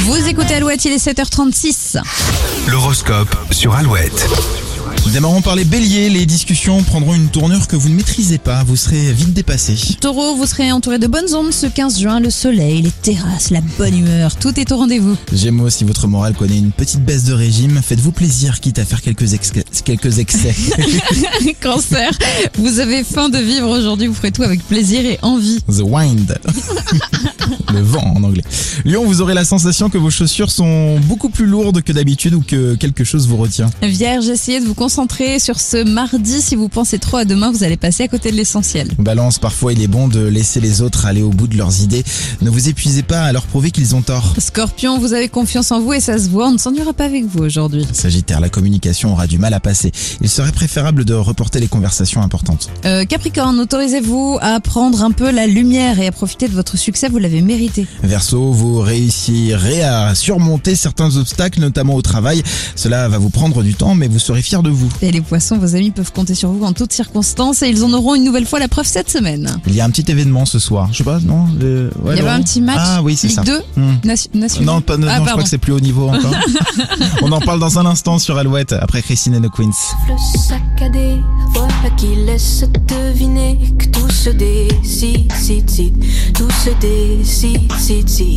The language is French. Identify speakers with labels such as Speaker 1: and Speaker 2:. Speaker 1: Vous écoutez Alouette, il est 7h36.
Speaker 2: L'horoscope sur Alouette.
Speaker 3: Nous démarrons par les béliers. Les discussions prendront une tournure que vous ne maîtrisez pas. Vous serez vite dépassé.
Speaker 1: Taureau, vous serez entouré de bonnes ondes ce 15 juin. Le soleil, les terrasses, la bonne humeur, tout est au rendez-vous.
Speaker 3: Gémeaux, si votre morale connaît une petite baisse de régime, faites-vous plaisir, quitte à faire quelques, exca- quelques excès.
Speaker 1: Cancer, vous avez faim de vivre aujourd'hui, vous ferez tout avec plaisir et envie.
Speaker 3: The wind. Le vent en anglais. Lion, vous aurez la sensation que vos chaussures sont beaucoup plus lourdes que d'habitude ou que quelque chose vous retient.
Speaker 1: Vierge, essayez de vous concentrer sur ce mardi. Si vous pensez trop à demain, vous allez passer à côté de l'essentiel.
Speaker 3: Balance, parfois il est bon de laisser les autres aller au bout de leurs idées. Ne vous épuisez pas à leur prouver qu'ils ont tort.
Speaker 1: Scorpion, vous avez confiance en vous et ça se voit, on ne s'ennuiera pas avec vous aujourd'hui.
Speaker 3: Sagittaire, la communication aura du mal à passer. Il serait préférable de reporter les conversations importantes.
Speaker 1: Euh, Capricorne, autorisez-vous à prendre un peu la lumière et à profiter de votre succès, vous l'avez mérité.
Speaker 3: Verseau, vous réussirez à surmonter certains obstacles, notamment au travail. Cela va vous prendre du temps, mais vous serez fier de vous.
Speaker 1: Et les poissons, vos amis peuvent compter sur vous en toutes circonstances et ils en auront une nouvelle fois la preuve cette semaine.
Speaker 3: Il y a un petit événement ce soir. Je sais pas, non le- ouais,
Speaker 1: Il y avait
Speaker 3: Laurent
Speaker 1: un petit match
Speaker 3: Ah oui, c'est
Speaker 1: Ligue
Speaker 3: ça.
Speaker 1: 2
Speaker 3: Hmm.
Speaker 1: nation- nationale.
Speaker 3: Non, pas, non,
Speaker 1: Ah,
Speaker 3: je
Speaker 1: pardon.
Speaker 3: crois que c'est plus haut niveau encore. On en parle dans un instant sur Alouette, après Christine et No Queens.
Speaker 4: Le saccadé, voilà qui laisse deviner que tout se décide, tout se décide.